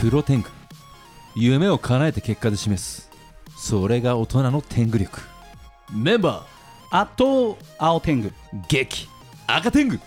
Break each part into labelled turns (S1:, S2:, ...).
S1: プロテング夢を叶えて結果で示すそれが大人の天狗力メンバ
S2: あと青天狗
S1: ー激赤天狗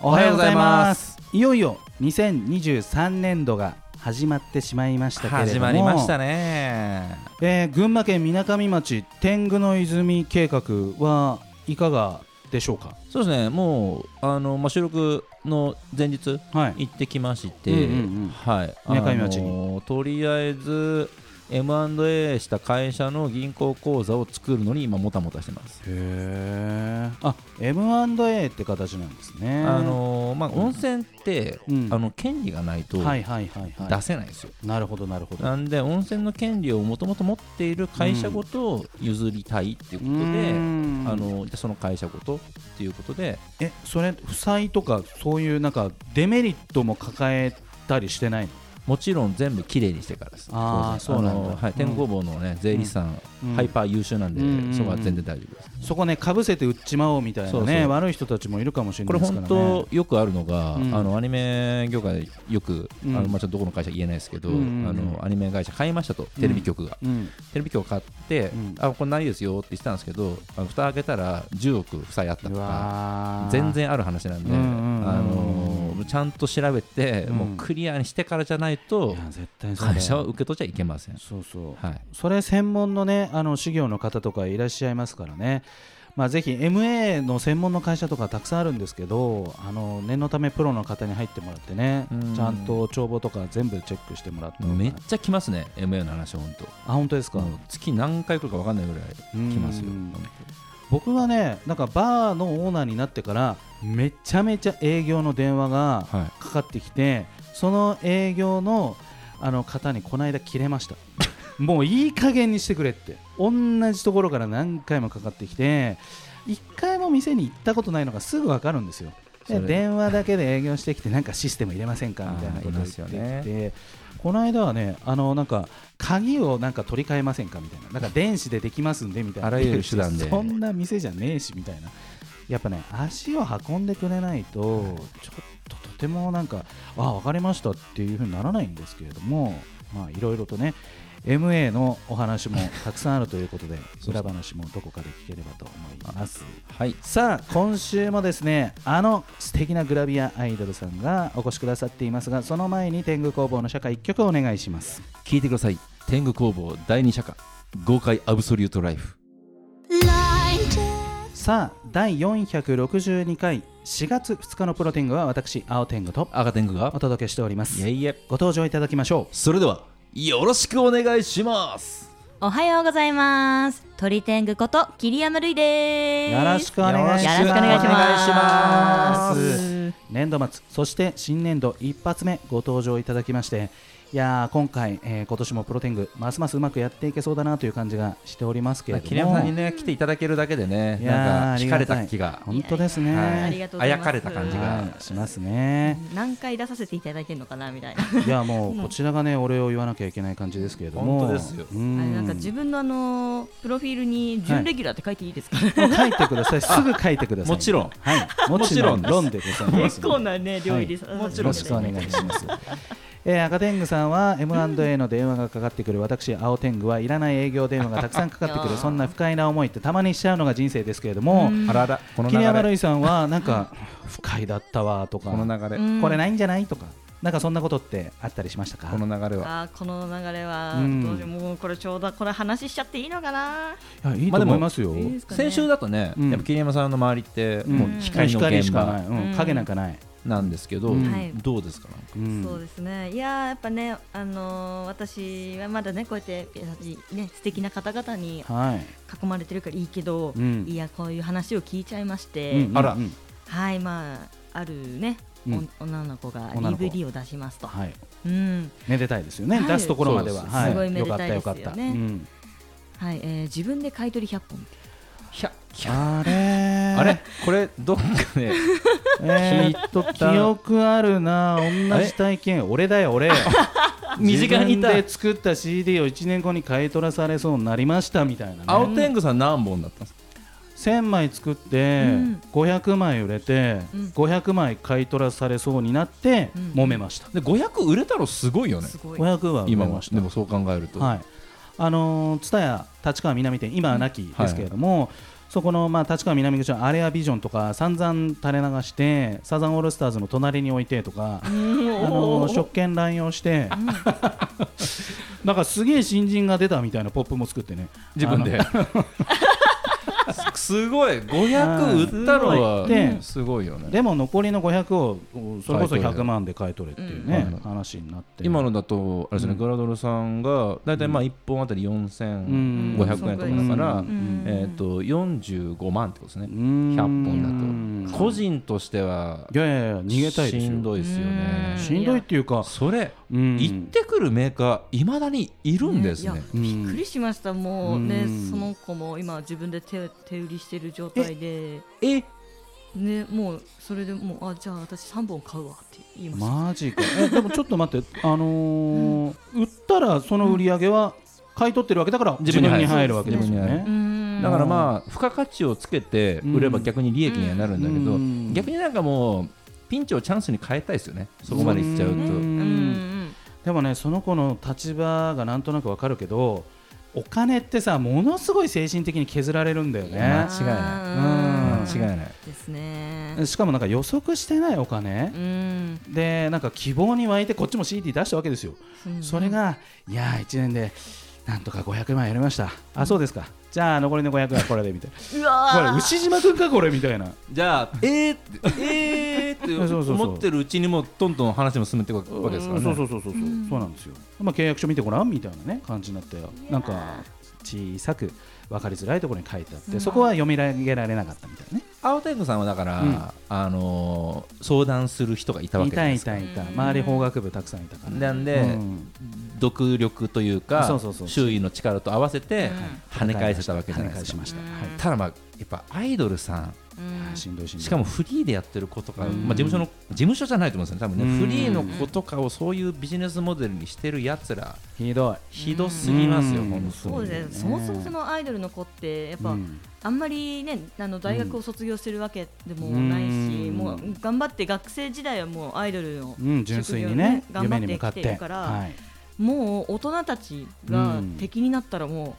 S2: おはようございますいよいよ2023年度が始まってしまいましたけれども
S1: 始まりましたね
S2: えー群馬県みなかみ町天狗の泉計画はいかがでしょうか
S1: そうですねもうあの、まあ、収録の前日
S2: はい
S1: 行ってきまして、
S2: うんうんうん
S1: はい
S2: みなかみ町に
S1: あのとりあえず M&A した会社の銀行口座を作るのに今もたもたしてます
S2: へえあ M&A って形なんですね
S1: あのまあ、温泉って、
S2: うん
S1: あの権利がないと
S2: はい
S1: 出
S2: はいはいはい
S1: せないんですよ、
S2: なるほどなるほど
S1: なんで温泉の権利をもともと持っている会社ごと譲りたいっていう
S2: う
S1: こ
S2: ー
S1: とで、
S2: ん
S1: あのその会社ごとっていうことで
S2: えそれ負債とかそういうなんかデメリットも抱えたりしてないの
S1: もちろん全部きれいにしてからです
S2: あー
S1: 当然
S2: そうなんだ
S1: あのはい、天狗工房の、ね税理士さん、
S2: うん
S1: ハイパー優秀なんで、
S2: うん
S1: そこは全然大丈夫です、
S2: そこねかぶせて売っちまおうみたいなね
S1: そうそう
S2: 悪い人たちもいるかもしれな
S1: これ
S2: いですから
S1: 本
S2: ね
S1: 当よくあるのが、
S2: うん
S1: あのアニメ業界よく、
S2: うん
S1: あのまあ、ちょっとどこの会社言えないですけど、
S2: うんうんうん
S1: あのアニメ会社買いましたとテレビ局が、
S2: うん
S1: テレビ局買って、
S2: うん
S1: あこれないですよって言ってたんですけど、あの蓋開けたら10億負債あったと
S2: う
S1: か、
S2: わー
S1: 全然ある話なんで、
S2: うんうんうん
S1: あのーちゃんと調べて、
S2: うん
S1: もうクリアにしてからじゃない
S2: い
S1: と、
S2: や絶対そうだよ
S1: 会社は受け取っちゃいけません。
S2: そうそう
S1: はい、
S2: それ専門のねあの修行の方とかいらっしゃいますからね、まあ、ぜひ MA の専門の会社とかたくさんあるんですけどあの念のためプロの方に入ってもらってね
S1: うん
S2: ちゃんと帳簿とか全部チェックしてもらった方が
S1: めっちゃ来ますね、MA の話、本
S2: あ本当です
S1: 当。
S2: か、
S1: もう月何回来るか分かんないぐらい来ますよ。
S2: うん
S1: 本
S2: 僕はねなんかバーのオーナーになってからめちゃめちゃ営業の電話が
S1: 当はい、
S2: かかってきてその営業のあの方にこの間切れました もういい加減にしてくれって同じところから何回もかかってきて一回も店に行ったことないのがすぐ分かるんですよで
S1: それ
S2: 電話だけで営業してきてなんかシステム入れませんかみたいなこと言ってき
S1: あーい
S2: て、
S1: ますよ
S2: この間はねあのなんか鍵をなんか取り替えませんかみたいななんか電子でできますんでみたいな
S1: あらゆる手段で
S2: そんな店じゃねえしみたいなやっぱね足を運んでくれないとちょっととてもなんかあ分かりましたっていうふうにならないんですけれどもまあいろいろとね MA のお話もたくさんあるということで
S1: そう
S2: 裏話もどこかで聞ければと思います
S1: はい
S2: さあ今週もですねあの素敵なグラビアアイドルさんがお越しくださっていますがその前に天狗工房の社会1曲お願いします
S1: 聞いてください天狗工房第二社歌豪快アブソリュートライフ
S2: さあ第462回4月2日のプロテングは私青天狗と
S1: 赤天狗が
S2: お届けしております
S1: いえいえ
S2: ご登場いただきましょ
S1: それではよろしくお願いします
S3: おはようございます。鳥天狗こと桐山るいで
S2: う
S3: す。
S2: よろしくお願いします
S3: よろしくお願いします
S2: お願いします年度末そして新年度一発目ご登場いただきましていやー今回、えー今年もプロテングますますうまくやっていけそうだなという感じがしておりますけれども
S1: 桐山さんにね来ていただけるだけでね
S2: いやー
S1: なんか惹かれ
S2: あ
S1: た
S2: り
S1: 気
S2: がた
S1: が
S2: い本当ですね
S3: いやいや
S2: はい
S3: ありがとうございま
S1: あや
S3: す
S1: かれた感じが
S2: はいしますね
S3: 何回出させていただいてるのかなみたいな。
S2: いやもうこちらがねお礼を言わなきゃいけない感じですけれども
S1: 本当ですよ
S2: うん
S3: あれなんか自分のあのプロフィールに準レギュラーって書いていいですか、
S2: もう書いてください。すぐ書いてください。
S1: もちろん
S2: はい。も
S1: も
S2: ち
S1: ち
S2: ろ
S1: ろ
S2: ん
S1: ん
S2: 論でございます
S3: 結
S2: ので。
S3: 構なね料理です。
S2: よろしくお願いします。えー、赤天狗さんは M&A の電話がかかってくる私青天狗はいらない営業電話がたくさんかかってく
S3: い
S2: る
S3: やー
S2: そんな不快な思いってたまにしちゃうのが人生ですけれども
S1: あらあらこの流
S2: 桐山る
S1: れ
S2: いさんはなんか不快だったわとか
S1: この流れ
S3: うん
S2: これないんじゃないとかなんかそんなことってあったりしましたか
S1: この流れは
S3: あーこの流れは
S2: うん
S3: どうしようもうこれちょうどこれ話しちゃっていいのかな。
S2: いやいいと
S1: まあでも
S2: 思いますよ、
S3: いいですかね
S1: 先週だとね
S2: うん
S1: やっぱ桐山さんの周りって
S2: うん
S1: もう光の
S2: 光
S1: 現
S2: しかない、
S1: 場
S2: うん
S3: うん
S2: 影なんかない、
S1: なんですけ
S2: う
S1: ど
S2: ん
S3: はい
S1: どうですかなんか
S2: うん
S3: そうですね。いやーやっぱねあのー私はまだねこうやってやはりね素敵な方々に
S2: はい、
S3: 囲まれてるからいいけど、
S2: うん
S3: いやこういう話を聞いちゃいまして。
S2: うんうんうん
S1: あら
S3: はい、まあ、あるね、
S2: うん
S3: お女の子が
S2: 女の子
S3: DVD を出しますと。
S2: はい
S3: うん、
S2: めでたいですよね、
S3: はい
S2: 出すところまでは、
S1: そう
S3: ですすごいめでたいですよね
S2: よかったよかった、うん
S3: はい、えー自分で買い取り100本。
S1: ひゃひゃ
S2: あれ
S1: あれこれどっか で
S2: えーっと記憶あるな同じ体験俺だよ俺
S1: 身近にいた
S2: 自分で作った CD を1年後に買い取らされそうになりましたみたいな、ね、
S1: 青天狗さん何本だったんですか
S2: 1000枚作って
S3: うん
S2: 500枚売れて
S3: うん
S2: 500枚買い取らされそうになって
S3: うん
S2: 揉めました
S1: で500売れたらすごいよね
S3: すごい。
S2: 500は売れ
S1: 今も
S2: ました
S1: でもそう考えると、
S2: はい、あの蔦屋立川南店今はなきですけれども、そこの、まあ、立川南口のアレアビジョンとか散々垂れ流してサザンオールスターズの隣に置いてとか、あの職権乱用して、 なんかすげえ新人が出たみたいなポップも作ってね
S1: 自分で
S2: あ
S1: すごい500売ったの
S2: すごい
S1: は
S2: です
S1: ごいよ
S2: の
S1: ね
S2: でも残りの500をそれこそ
S1: 買い取れ
S2: 100万で買い取れっていう
S1: う
S2: ね
S1: ん、はい
S2: 話になって
S1: 今のだとあれですね、
S2: うん
S1: グラドルさんが大体まあ1本あたり
S2: う
S1: 4500円
S2: ん
S1: とかだから、
S2: うん
S3: うん
S1: えー、と45万ってことですね、
S2: 100
S1: 100本だと個人としてはい
S2: やいやいや逃げたいですよ
S1: しんどいですよね
S3: うん
S2: しんどいっていうか、
S1: それ
S2: うん
S1: 行ってくるメーカーいまだにいるんです
S3: ね
S1: ね
S3: いやびっくりしました、もうね
S2: うん
S3: その子も今自分で手手売りしてる状態で
S1: え
S3: ねもうそれでもうあじゃあ私三本買うわって言いました、
S2: マジかえでもちょっと待ってあのー売ったらその売り上げは買い取ってるわけだから
S1: 自
S2: 自
S1: 分
S2: 分
S1: に入る
S2: に入るわけですよ
S1: 自分に
S2: ね
S1: 入
S3: う。ん
S1: だからまあ付加価値をつけて売れば逆に利益にはなるんだけど、
S2: うん
S1: 逆になんかもうピンチをチャンスに変えたいですよねそこまでいっちゃうと、
S2: ん
S3: うん
S2: でもねその子の立場がなんとなくわかるけどお金ってさものすごい精神的に削られるんだよね
S1: 間。違いな
S2: うん
S1: 間違いない
S3: ですね
S2: しかもなんか予測してないお金
S3: うん、
S2: でなんか希望に湧いてこっちも CD 出したわけですよ。
S3: うん
S2: それが、いやー、1年でなんとか500万やりました、あ、そうですか、じゃあ残りの500はこれでみ たい
S3: うわ
S2: な、
S3: ー
S2: これ、牛島君か、これみたいな、
S1: じゃあえ ー、ってえー、
S2: そうそ
S1: っ
S2: う
S1: て
S2: そう
S1: 思ってるうちにもうどんどん話も進めていくわけですからね
S2: うんそうそうそうそうそう、
S3: うん
S2: そうなんですよ、まあ、契約書見てごらんみたいなね、感じになって、なんか小さく分かりづらいところに書いてあって、
S3: うん
S2: そこは読み上げられなかったみたいなね、
S1: 青天狗さんはだから、
S2: うん
S1: あのー相談する人がいたわ
S2: い
S1: けじゃない
S2: たい
S1: ですか
S2: たいた、周り法学部たくさんいたから、
S1: なんで、
S2: うん
S1: 独力というか
S2: そうそうそう
S1: 周囲の力と合わせて跳ね返したわけじゃない
S2: 跳ね
S1: で
S2: 返
S1: す
S2: し
S1: か
S2: ました、
S3: うん
S2: はい
S1: ただまあやっぱアイドルさん
S3: うん
S2: あーしんどいしんどい。
S1: しかもフリーでやってる子とか、
S3: うん
S1: まあ、事務所の事務所じゃないと思うんですよね、多分ね、
S2: うん
S1: フリーの子とかをそういうビジネスモデルにしてるやつら、
S2: ひど
S1: ひどすぎますよ、
S2: うん
S1: 本当に。
S3: そうですね、そもそもそのアイドルの子ってやっ
S2: い、
S3: ぱ、
S2: うん
S3: あんまりねあの大学を卒業してるわけでもないし、
S2: うん
S3: もう頑張って学生時代はもうアイドルの、
S2: うん、純粋にね
S3: 職業ね
S2: 夢に向かって
S3: 頑張って生きてるから
S2: はい、
S3: もう大人たちが
S2: うん
S3: 敵になったらも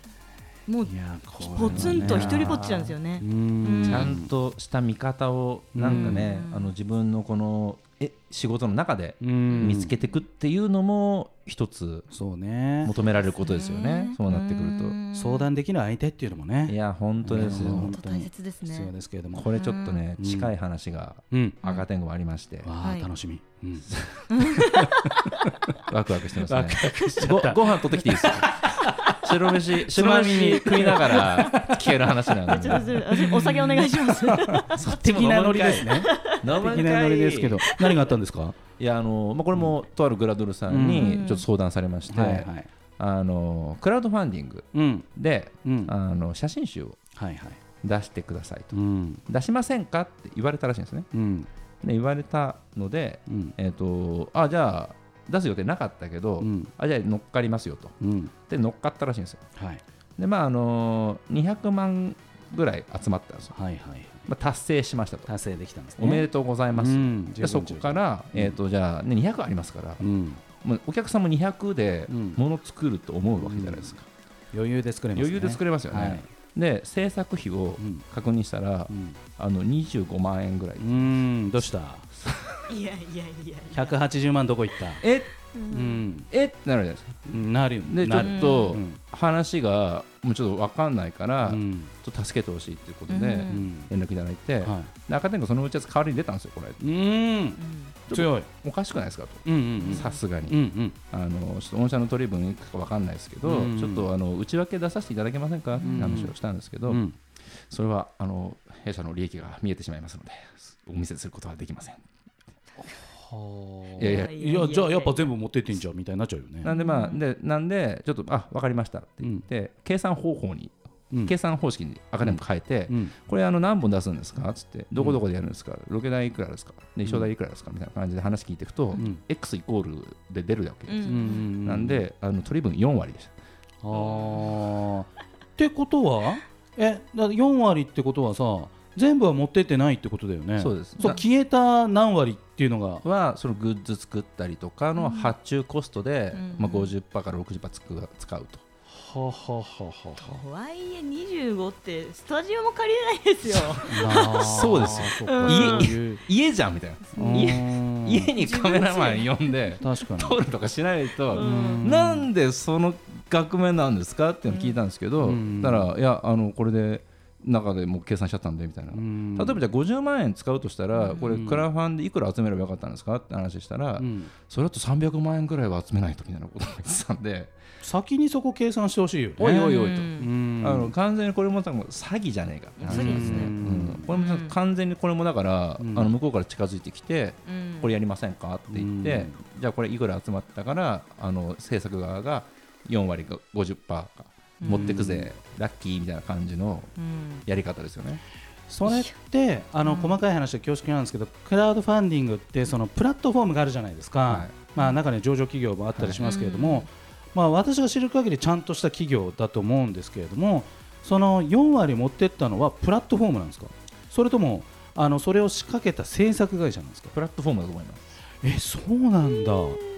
S3: う、もう
S2: いやこれはね
S3: ポツンと一人ぼっちなんですよね
S2: う。ん
S1: ちゃんとした見方を、なんかね、あの自分のこのえ仕事の中で見
S2: 見
S1: つけていくっていうのも、一つ
S2: そうね
S1: 求められることですよね、そうなってくる
S3: ん
S2: 相談できる相手っていうのも
S1: と。い
S2: ね
S1: や、本当です
S2: うん
S1: よ
S3: 本、当大切です
S2: 必要
S3: ね。
S2: ですけれども
S1: これちょっとね、
S2: うん
S1: 近い話が
S2: うん
S1: 赤天狗もありまして、
S2: わあ
S3: はい
S2: 楽しみうん
S1: ワクワクしてます
S2: ワ
S1: ね
S2: ク。ワクしちゃ
S1: ご
S2: った
S1: ご飯取ってきていいですか白 飯白飯食いながら聞ける話なん
S3: ちょっと
S1: で
S3: ちょっと私お酒お願いします。
S1: そっ
S2: 的なノリです ね
S1: 飲むんかい
S2: 的なノリですけど 何があったんですか
S1: いやあの、まあ、これもとあるグラドルさんに
S3: うん
S1: ちょっと相談されまして、
S2: い
S1: あのクラウドファンディング
S2: うん
S1: で
S2: うん
S1: あの写真集を
S2: はいはい
S1: 出してくださいと
S2: うん
S1: 出しませんかって言われたらしいんですね
S2: うん
S1: で言われたので、
S2: うん
S1: えっとあじゃあ出す予定なかったけど、
S2: うん
S1: あじゃあ乗っかりますよと
S2: うん
S1: で乗っかったらしいんですよ
S2: はい
S1: でまああの200万ぐらい集まったんですよ
S2: はいはい
S1: まあ、達成しましたと、
S2: 達成できたんですね
S1: おめでとうございます、
S2: うん十
S1: で
S2: 分
S1: そこから、
S2: うん
S1: えー、とじゃあ、ね、200ありますから、
S2: うん
S1: もうお客さんも200で
S2: うん
S1: 物作ると思うわけじゃないですか、
S2: 余裕で作れますね
S1: 余裕で作れますよね、
S2: はい
S1: で制作費を
S2: うん
S1: 確認したら、
S2: うん
S1: あの25万円ぐらい、
S2: うんどうした
S3: いやいやいや。
S2: 180万どこ行った
S1: え
S2: うん
S1: えってなるじゃないですか
S2: なるよ
S1: でちょ
S2: なる
S1: っと
S2: うん
S1: 話がもうちょっと分かんないから、
S2: うん
S1: ちょっと助けてほしいということで、
S3: う
S2: うん
S1: 連絡いただいて、
S2: は
S1: で赤点がそのうちやつ代わりに出たんですよこれ
S2: いうん強い
S1: おかしくないですか
S2: うんうんう
S1: と
S2: ん
S1: さすがに
S2: うんうん
S1: あのちょっと御社の取り分いくつか分かんないですけど、
S2: うん
S1: ちょっとあの内訳出させていただけませんかって話をしたんですけど、
S2: うん
S1: それはあの弊社の利益が見えてしまいますので、お見せすることはできません。いやいや
S2: いやじゃあやっぱ全部持ってってんじゃんみたいになっちゃうよね
S1: なんで、まあ、でなんでちょっと、あ分かりましたって言って、計算方法に、
S2: うん
S1: 計算方式に赤でも変えて、
S2: うん
S1: これあの何本出すんですかっつって、どこどこでやるんですか、ロケ代いくらですか、で衣装代いくらですかみたいな感じで話聞いていくと、
S2: うん
S1: X イコールで出るわけ
S3: う
S1: です。
S2: うんん
S1: なんであの取り分4割でした。
S2: あーってことはえだ4割ってことはさ全部は持ってってないってことだよね
S1: そうです
S2: そ
S1: だ
S2: う消えた何割っていうのが
S1: はそのグッズ作ったりとか
S3: う
S1: の
S3: ん
S1: 発注コストで、
S3: うん
S1: まあ、50%から60%つく使うと
S2: はははは
S3: とはいえ25ってスタジオも借りれないですよ
S2: は
S1: そうですよ
S3: う
S2: 家
S3: ん
S1: 家じゃんみたいな家にカメラマン呼んで
S2: 確かに
S1: 撮るとかしないと、
S3: う
S2: うん
S1: なんでその額面なんですかっていうのを聞いたんですけど、
S2: うん
S1: だからいやあのこれで中でもう計算しちゃったんでみたいな、
S2: うん
S1: 例えばじゃあ50万円使うとしたら、
S3: うん
S1: これクラファンでいくら集めればよかったんですかって話したら、
S2: うん
S1: それだと300万円ぐらいは集めないとみたいなことを言ってたんで、
S2: 先にそこ計算してほしいよね
S1: おいおいおいと
S3: うん
S2: うん
S1: あの完全にこれも多分詐欺じゃねえかって話
S3: 詐欺ですね
S1: うんこれも
S3: うん
S1: 完全にこれもだから、
S2: うん
S1: あの向こうから近づいてきて、
S3: うん
S1: これやりませんかって言って、じゃあこれいくら集まったからあの制作側が4割か50%か
S3: うん
S1: 持ってくぜ、ラッキーみたいな感じの
S3: うん
S1: やり方ですよね。
S2: それってあの
S3: うん
S2: 細かい話で恐縮なんですけどクラウドファンディングってそのプラットフォームがあるじゃないですか、
S1: はい
S2: まあ、中には上場企業もあったりしますけれども、まあ、私が知る限りちゃんとした企業だと思うんですけれどもその4割持ってったのはプラットフォームなんですかそれともあのそれを仕掛けた制作会社なんですか
S1: プラットフォームだと思います。
S2: えそうなんだ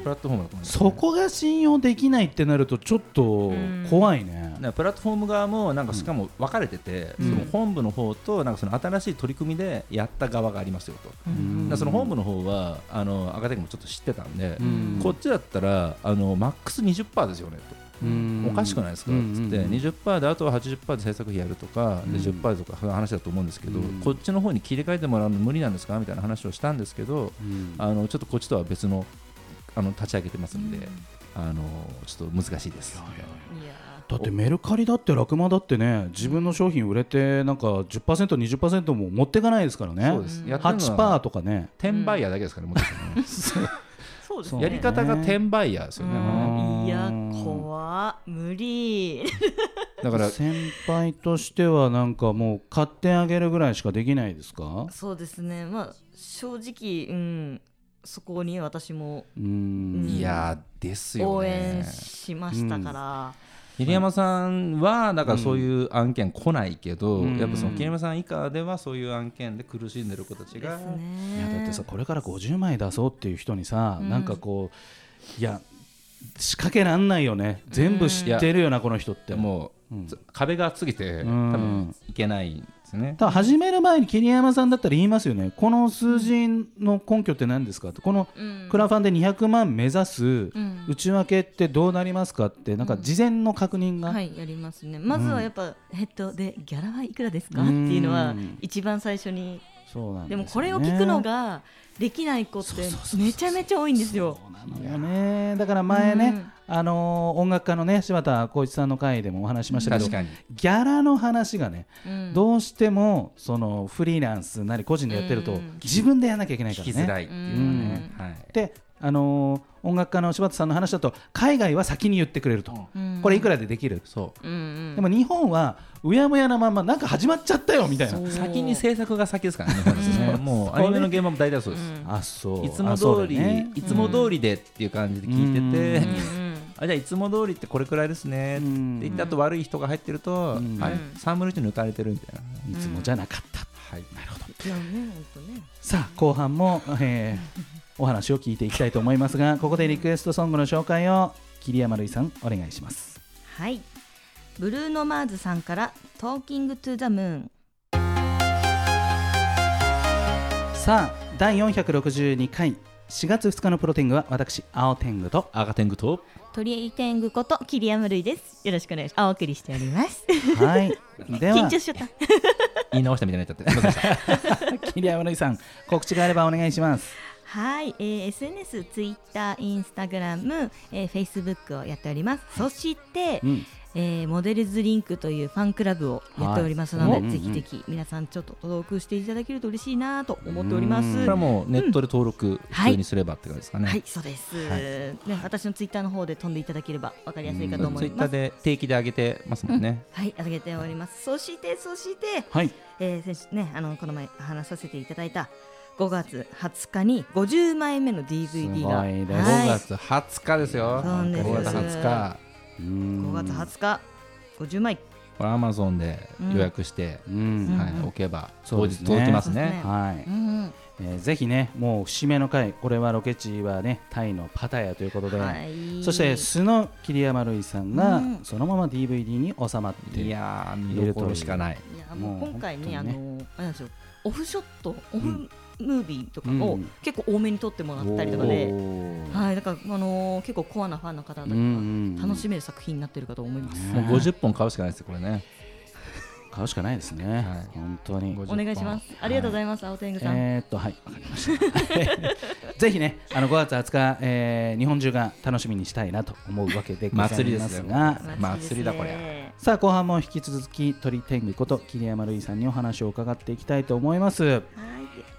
S1: プラットフォームだと思います、
S2: そこが信用できないってなるとちょっと怖いね
S1: だ、からプラットフォーム側もなんかしかも分かれてて、
S2: うん
S1: その本部の方となんかその新しい取り組みでやった側がありますよと、だか
S2: うん
S1: らその本部の方はあの赤テクもちょっと知ってたんで、
S2: うん
S1: こっちだったらあのマックス20%ですよねと、
S2: うん
S1: おかしくないですかっ
S2: う
S1: つ
S2: んうんうん
S1: って、20%であとは80%で制作費やるとか、
S2: うん
S1: で10%とかそういう話だと思うんですけど、
S2: うん
S1: こっちの方に切り替えてもらうの無理なんですかみたいな話をしたんですけど、
S2: うん
S1: あのちょっとこっちとは別のあの立ち上げてますんで、
S3: うん
S1: あのちょっと難しいです。
S3: いや
S2: だってメルカリだってラクマだってね自分の商品売れてなんか 10%20% も持っていかないですからね
S1: そうです
S3: うん
S1: やってるのは
S2: 8%とかね
S1: 転売ヤーだけですからね、もちろんね
S3: そうです
S2: そう
S3: ね
S1: やり方が転売ヤーですよ
S2: う
S1: ね。
S2: ん
S3: いや怖っ無理
S1: だから、
S2: 先輩としてはなんかもう買ってあげるぐらいしかできないですか
S3: そうですねまあ正直うんそこに私も
S2: うーん
S1: いやーですよ
S3: 応援
S1: ね。
S3: しましたから、
S1: 桐山さんはだからそういう案件来ないけど、
S2: うん
S1: やっぱその桐山さん以下ではそういう案件で苦しんでる子たちが、
S3: ですね
S2: いやだってさこれから50枚出そうっていう人にさ、
S3: うん
S2: なんかこういや仕掛けらんないよね全部知ってるよな、この人って
S1: もう、
S2: うん
S1: つ壁が厚すぎて、
S2: うん
S1: 多分いけないんですね。
S2: ただ始める前に桐山さんだったら言いますよねこの数字の根拠って何ですかとこの
S3: うん
S2: クラファンで200万目指す
S3: うん
S2: 内訳ってどうなりますかってなんか事前の確認が、
S3: はいやりますねまずはやっぱ、ヘッドでギャラはいくらですか
S2: う
S3: っ
S2: ん
S3: ていうのは一番最初に
S2: そうなん
S3: で
S2: よね
S3: もこれを聞くのができない子って
S2: そうそうそうそう
S3: めちゃめちゃ多いんですよ
S2: そうなのよねだから前ね、あのー音楽家のね柴田浩一さんの回でもお話ししましたけ
S1: 確
S2: ど
S1: かに。
S2: ギャラの話がね、
S3: うん
S2: どうしてもそのフリーランスなり個人でやってると
S3: うん
S2: 自分でやらなきゃいけない
S1: 聞
S2: から
S1: き
S2: ね
S1: づらいっていうのはね。はい。
S2: で、あのー音楽家の柴田さんの話だと海外は先に言ってくれると、
S3: うん
S2: これいくらでできる、
S1: そ
S3: うんうん
S2: でも日本はうやむやなまんまなんか始まっちゃったよみたいな
S1: う。先に制作が先ですからね。そうですねもうアニメの現場も大体そうです。
S3: うん
S2: あそう
S1: いつも
S2: あそうだ
S1: 通
S2: よ
S1: り、
S2: ね
S1: いつも通りでっていう感じで聞いてて、
S2: うん
S3: うんうん
S1: あじゃあいつも通りってこれくらいですねって言ってあと悪い人が入ってると、
S2: うん
S1: あれ3分の1抜かれてるみたいな、
S2: いつもじゃなかった、
S1: はい、なるほど
S3: いやね本当ね
S2: さあ後半も、えーお話を聞いていきたいと思いますがここでリクエストソングの紹介を桐山類さんお願いします
S3: はいブルーノ・マーズさんから「トーキング・トゥ・ザ・ムーン
S2: さあ第462回4月2日のプロテングは私青天狗と
S1: 赤天狗と」
S3: 鳥居天狗こと桐山るいですよろしくお願いしますお送りしております
S2: はいで
S3: 緊
S2: は
S3: 張しちゃった
S1: 言い直したみたいになっちゃってすいませんでした
S2: 桐山類さん告知があればお願いします
S3: はい、えー、SNS、ツイッター、インスタグラム、えー、フェイスブックをやっております。そして、
S2: うん
S3: えーモデルズリンクというファンクラブをやっておりますので、
S2: はい
S3: ぜひぜひ皆さんちょっと登録していただけると嬉しいなと思っております。
S1: これはもうネットで登録普通にすればって感じですかね、
S3: はい、そうです、
S1: はい
S3: ね。私のツイッターの方で飛んでいただければわかりやすいかと
S1: うん
S3: 思
S1: ツイ
S3: い
S1: ッタ
S3: ま
S1: ー
S3: す。
S1: で定期で上げてますもんね、
S3: はい、上げております。そして、そして、
S2: はい
S3: えー、先週ね、あのこの前話させていただいた5月20日に50枚目の DVD が
S2: すごいです
S3: は
S1: 5月20日ですよ
S3: そうです
S1: 5月20日
S2: 5
S3: 5月20日50枚
S1: これアマゾンで予約して、
S2: うん
S1: はい
S3: うん
S1: 置けば
S2: そ
S1: 当
S2: うで
S1: 日
S2: すね
S1: 届きます
S3: そうです
S1: ね
S3: ね
S2: はい
S3: うん
S2: えーぜひねもう節目の回これはロケ地はねタイのパタヤということで、
S3: はい
S2: そして素の桐山るいさんが
S3: うん
S2: そのまま DVD に収まって
S1: い
S2: いる
S1: やー見るころしかない
S3: いやもう今回ね
S2: もう
S3: あ
S2: 本当
S3: のあれなんですよオフショットオフムービーとか
S2: う
S3: を
S2: ん
S3: 結構多めに撮ってもらったりとか
S2: お
S3: で、
S2: ー
S3: はいだからあのー結構コアなファンの方
S2: うん
S3: 々
S2: うん
S3: が楽しめる作品になってるかと思います。
S1: もう50本買うしかないですよこれね
S2: 買うしかないですね、
S1: はい
S2: 本当に
S1: 50
S3: お願いします。ありがとうございます、青天狗さん。
S2: えーっとはいわかりましたぜひねあの5月20日、えー日本中が楽しみにしたいなと思うわけでございますが
S1: 祭りですね祭りだこり
S3: ゃ。
S2: さあ後半も引き続き鳥天狗こと桐山るいさんにお話を伺っていきたいと思います
S3: はい。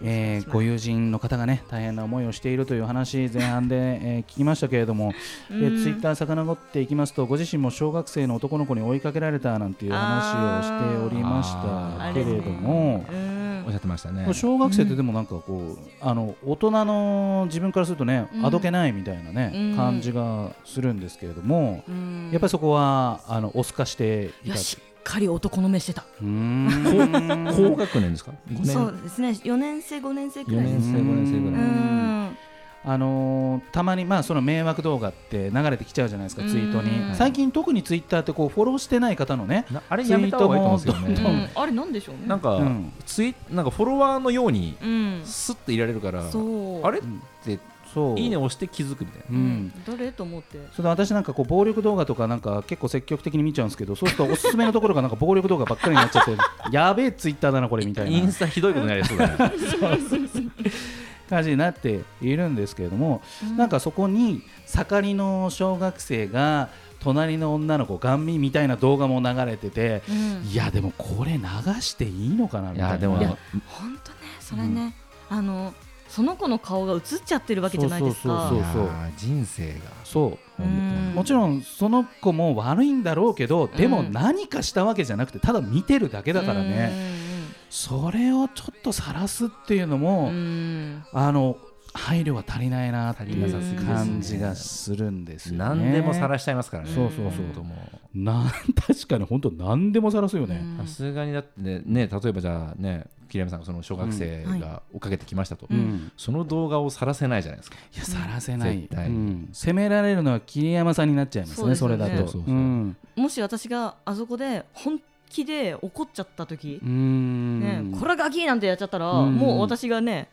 S2: えーご友人の方がね大変な思いをしているという話前半で、えー聞きましたけれども、えー
S3: うん
S2: ツイッター遡っていきますとご自身も小学生の男の子に追いかけられたなんていう話をしておりました
S1: あー
S2: けれども、
S3: うん
S1: おっしゃってましたね
S2: もう小学生ってでもなんかこう、あの大人の自分からするとね、
S3: うん
S2: あどけないみたいなね、
S3: うん
S2: 感じがするんですけれども、
S3: うん
S2: やっぱりそこはあのオス化して
S3: い
S2: い
S3: や
S2: た
S3: しっかり男の目してた。
S2: うーん
S1: 高学年ですか5年
S3: そうですね。四年生五年生く
S1: 4
S3: らいで
S1: 年
S3: す。
S1: 生5年生ぐ
S3: う
S1: らい
S3: ん。
S2: あのーたまに、まあ、その迷惑動画って流れてきちゃうじゃないですか、ツイート
S3: う
S2: に
S3: ん
S2: 最近、特にツイッターってこうフォローしてない方のね、
S1: なあれやめた方がいいと思うんです
S3: う
S1: よね
S3: んあれなんでしょうね。
S1: なんか、
S2: うん
S1: ツイなんかフォロワーのように
S3: うん。
S1: スッていられるから、
S3: そう。
S1: あれっ
S2: うん
S1: て
S2: そう
S1: いいね押して気づくみたいな
S2: う
S3: うんん。誰と思って。
S2: それで私なんかこう暴力動画とかなんか結構積極的に見ちゃうんですけどそうするとおすすめのところがなんか暴力動画ばっかりになっちゃってやべえツイッターだなこれみたい
S1: イ
S2: な
S1: ンスタひどいことになりそうだね
S2: 感じになっているんですけれどもなんかそこに盛りの小学生が隣の女の子ガン見みたいな動画も流れてて
S3: うん、
S2: いやでもこれ流していいのかな
S1: い
S2: みたいな
S1: やでも
S3: いや本当ね、それね、あのその子の顔が映っちゃってるわけじゃないですか。
S2: そうそう
S1: いやー人生が
S2: そう
S3: うん
S2: もちろんその子も悪いんだろうけどでも
S3: うん
S2: 何かしたわけじゃなくてただ見てるだけだから
S3: う
S2: ねそれをちょっと晒すっていうの
S3: んう
S2: も
S3: んうん。
S2: あの配慮が足りないなってい
S3: 足りなさすぎで
S2: う
S3: すね
S2: 感じがするんですよね。
S1: 何でも晒しちゃいますからね
S2: そうそうそう
S1: 本当もう
S2: なん確かに本当何でも晒すよね。
S1: さすがにだってねね例えばじゃあね桐山さんがその小学生
S3: うん
S1: が追っかけてきましたと、
S3: うん
S1: その動画を晒せないじゃないですか
S2: いや晒せない、
S1: 絶対
S2: うん責められるのは桐山さんになっちゃいますねそ
S3: そうですよ
S2: れ
S3: ね
S1: そ
S2: だと
S1: うそうそうん
S3: もし私があそこで本気で怒っちゃった時
S2: う、ん
S3: ね、これガキなんてやっちゃったら、
S2: うん
S3: もう私がね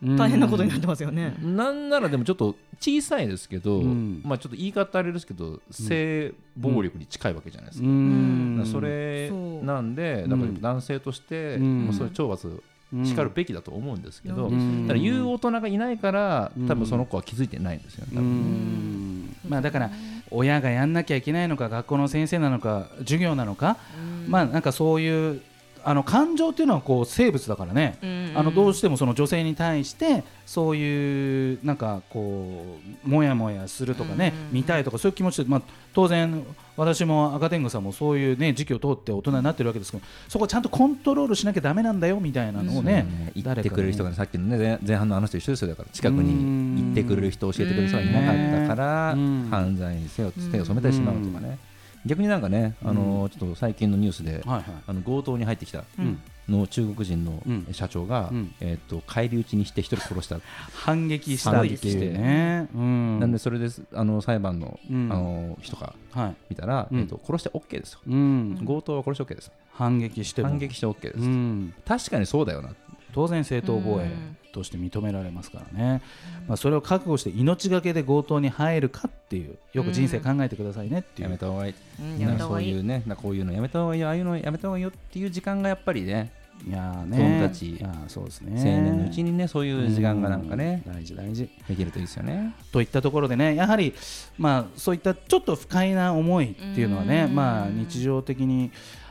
S2: うん
S3: 大変なことになってますよね。
S1: なんならでもちょっと小さいですけど、
S2: うん
S1: まあちょっと言い方あれですけど性暴力に近いわけじゃないです
S2: う
S1: か、
S2: ん
S1: だからそれ
S3: そう
S1: なんでだから男性として、
S2: うん
S1: まあ、そういう懲罰しかるべきだと思うんですけど、
S3: うん
S1: ただ言う大人がいないから
S2: うん
S1: 多分その子は気づいてないんですよね、
S2: う
S1: 多分
S2: んまあだから親がやんなきゃいけないのか学校の先生なのか授業なのか、まあなんかそういうあの感情っていうのはこう生物だからね、あのどう
S3: し
S2: してもその女性に対してそういうなんかこうモヤモヤするとかね、
S3: うん
S2: 見たいとかそういう気持ちで、まあ、当然私も赤天狗さんもそういうね時期を通って大人になってるわけですけどそこはちゃんとコントロールしなきゃだめなんだよみたいなのをね、
S1: うん言ってくれる人がねさっきのね前前半の話と一緒ですよだから近く
S2: うん
S1: に行ってくれる人教えてくれる人がいなかったから
S2: うん
S1: 犯罪にせよ手を染めてしまうとかね逆になんかねあのちょっと最近のニュースで
S2: はいはい
S1: あの強盗に入ってきた
S2: うん
S1: の中国人の
S2: うん
S1: 社長が
S2: うん
S1: えっと返り討ちにして一人殺した
S2: 反撃したっていうね。うん
S1: なんでそれですあの裁判のあ
S2: うん
S1: の人が
S2: はい
S1: 見たら
S2: うん
S1: えっと殺して OK ですよ
S2: うん、
S1: 強盗は殺して OK です
S2: 反撃しても
S1: 反撃して OK
S2: う
S1: です
S2: ん、
S1: 確かにそうだよな
S2: 当然正当防衛
S3: うん
S2: として認められますからね、まあ、それを覚悟して命がけで強盗に入るかっていうよく人生考えてくださいねってい
S1: やめ
S2: う、
S1: た方がいい
S3: うんや
S1: な
S3: め
S1: んか
S3: た方
S1: そ
S3: が
S1: う
S3: い
S1: い
S3: い。
S1: うねなんかこういうのやめた方がいいよああいうのやめた方がいいよっていう時間がやっぱりね
S2: いやー
S1: 子
S2: ね
S1: 供たち
S2: いやーそうですね
S1: 青年のうちにねそういう時間がなんかね
S2: うん大事大事
S1: できるといいですよね。
S2: といったところでねやはり、まあ、そういったちょっと不快な思いっていうのはね、
S3: うん
S2: まあ、日常的に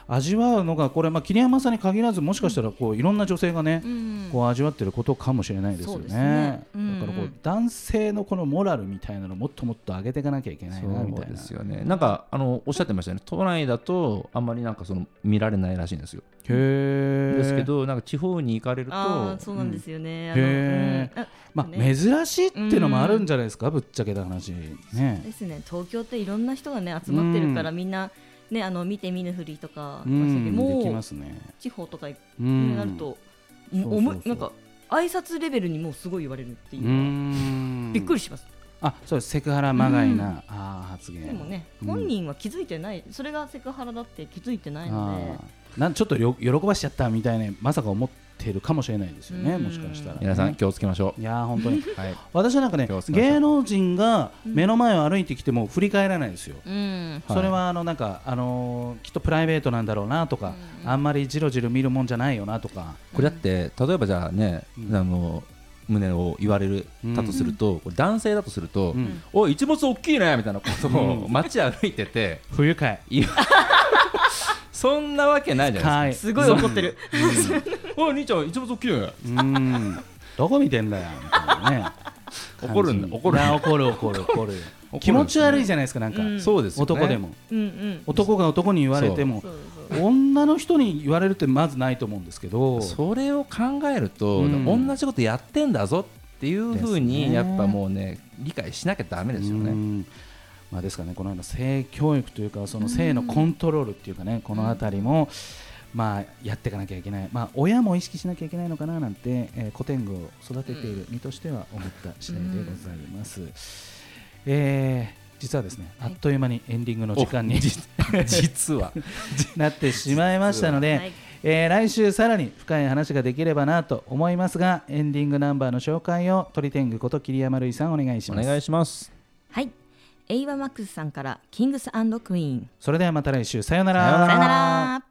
S2: 味わうのがこれ、まあ、桐山さんに限らずもしかしたらこういろんな女性がね、
S3: うん
S2: こう味わってることかもしれないですよ
S3: そう
S2: ね。
S3: ですねうん
S2: だからこう男性のこのモラルみたいなのもっともっと上げていかなきゃいけないなみ
S1: そう
S2: たい
S1: で
S2: な。
S1: すよね。なんかあのおっしゃってましたよね。都内だとあんまりなんかその見られないらしいんですよ。
S2: へー
S1: ですけ、どなんか地方に行かれる
S3: あ
S1: と
S3: あそうなんですよね。
S2: へ
S3: あのうんあ
S2: まあ、
S3: ね
S2: 珍しいっていうのもあるんじゃないですか、ぶっちゃけた話。ね
S3: で、すね東京っていろんな人がね集まってるから、みんなねあの見て見ぬふりとか、
S2: うん、でき
S3: も
S2: ま
S3: う
S2: すね。
S3: 地方とかに
S2: うん
S3: なると、
S2: うん
S3: もうおも
S2: そうそうそう
S3: なんか挨拶レベルにもうすごい言われるっていううのは、
S2: ん
S3: びっく
S2: り
S3: りします。
S2: あそうですセクハラまがいな、
S3: うん
S2: あー発言
S3: でもね、
S2: うん
S3: 本人は気づいてない、それがセクハラだって気づいてない
S2: あ
S3: の
S2: ーなんちょっとよ喜ばしちゃったみたいなまさか思ってるかもしれないですよね、
S3: うん
S2: もしかしたら、ね、
S1: 皆さん気をつけましょ
S2: いやー本当に
S1: う。はい。
S2: 私なんかね
S1: 気をつけましょう
S2: 芸能人が目の前を歩いてきても振り返らないですよ、
S3: で、うん、
S1: はい
S2: それはあのなんか、あのーきっとプライベートなんだろうなとか、
S3: うん
S2: あんまりじろじろ見るもんじゃないよなとか、
S1: これだって例えばじゃあね、
S2: うん
S1: あの胸を言われる
S2: うん
S1: だとすると、これ男性だとすると、
S2: うん
S1: おい一物大きいねみたいなこと
S2: う
S1: を
S2: ん
S1: 街歩いてて、
S2: 不愉快
S1: 言わそんなわけないじゃないです
S3: すごい怒ってる。
S1: か。 おい兄ちゃん一物大きいね。
S2: うんどこ見てんだよみたいなね
S1: 怒るんだ
S2: 感じ
S1: 怒る
S2: いや怒る怒る怒る
S1: 怒る
S2: 気持ち悪いじゃないですかなんか、
S3: うん
S1: そうですよね。
S2: 男で。も
S3: うんうん。
S2: 男が男に言われても
S3: そうそう
S2: 女の人に言われるってまずないと思うんですけど
S1: それを考えると、
S2: うん
S1: 同じことやってんだぞっていうふう
S2: です
S1: に
S2: ね
S1: やっぱもうね理解しなきゃダメですよ
S2: う
S1: ね。
S2: んまあ、ですからねこのような性教育というかその性のコントロールっていうかねこの辺りも、まあ、やっていかなきゃいけない、まあ、親も意識しなきゃいけないのかななんて、えー古典具を育てている身としては思った次第でございます。えー実はですね、あっという間にエンディングの時間に
S1: 実は
S2: なってしまいましたので、
S3: はい
S2: えー来週さらに深い話ができればなと思いますがエンディングナンバーの紹介を鳥天狗こと桐山瑠衣さんお願いし
S1: お
S2: ます
S1: 願いします。
S3: はい。エイワマックスさんからキングスクイーン。
S2: それではまた来週さよ
S1: さよ
S3: さよなら。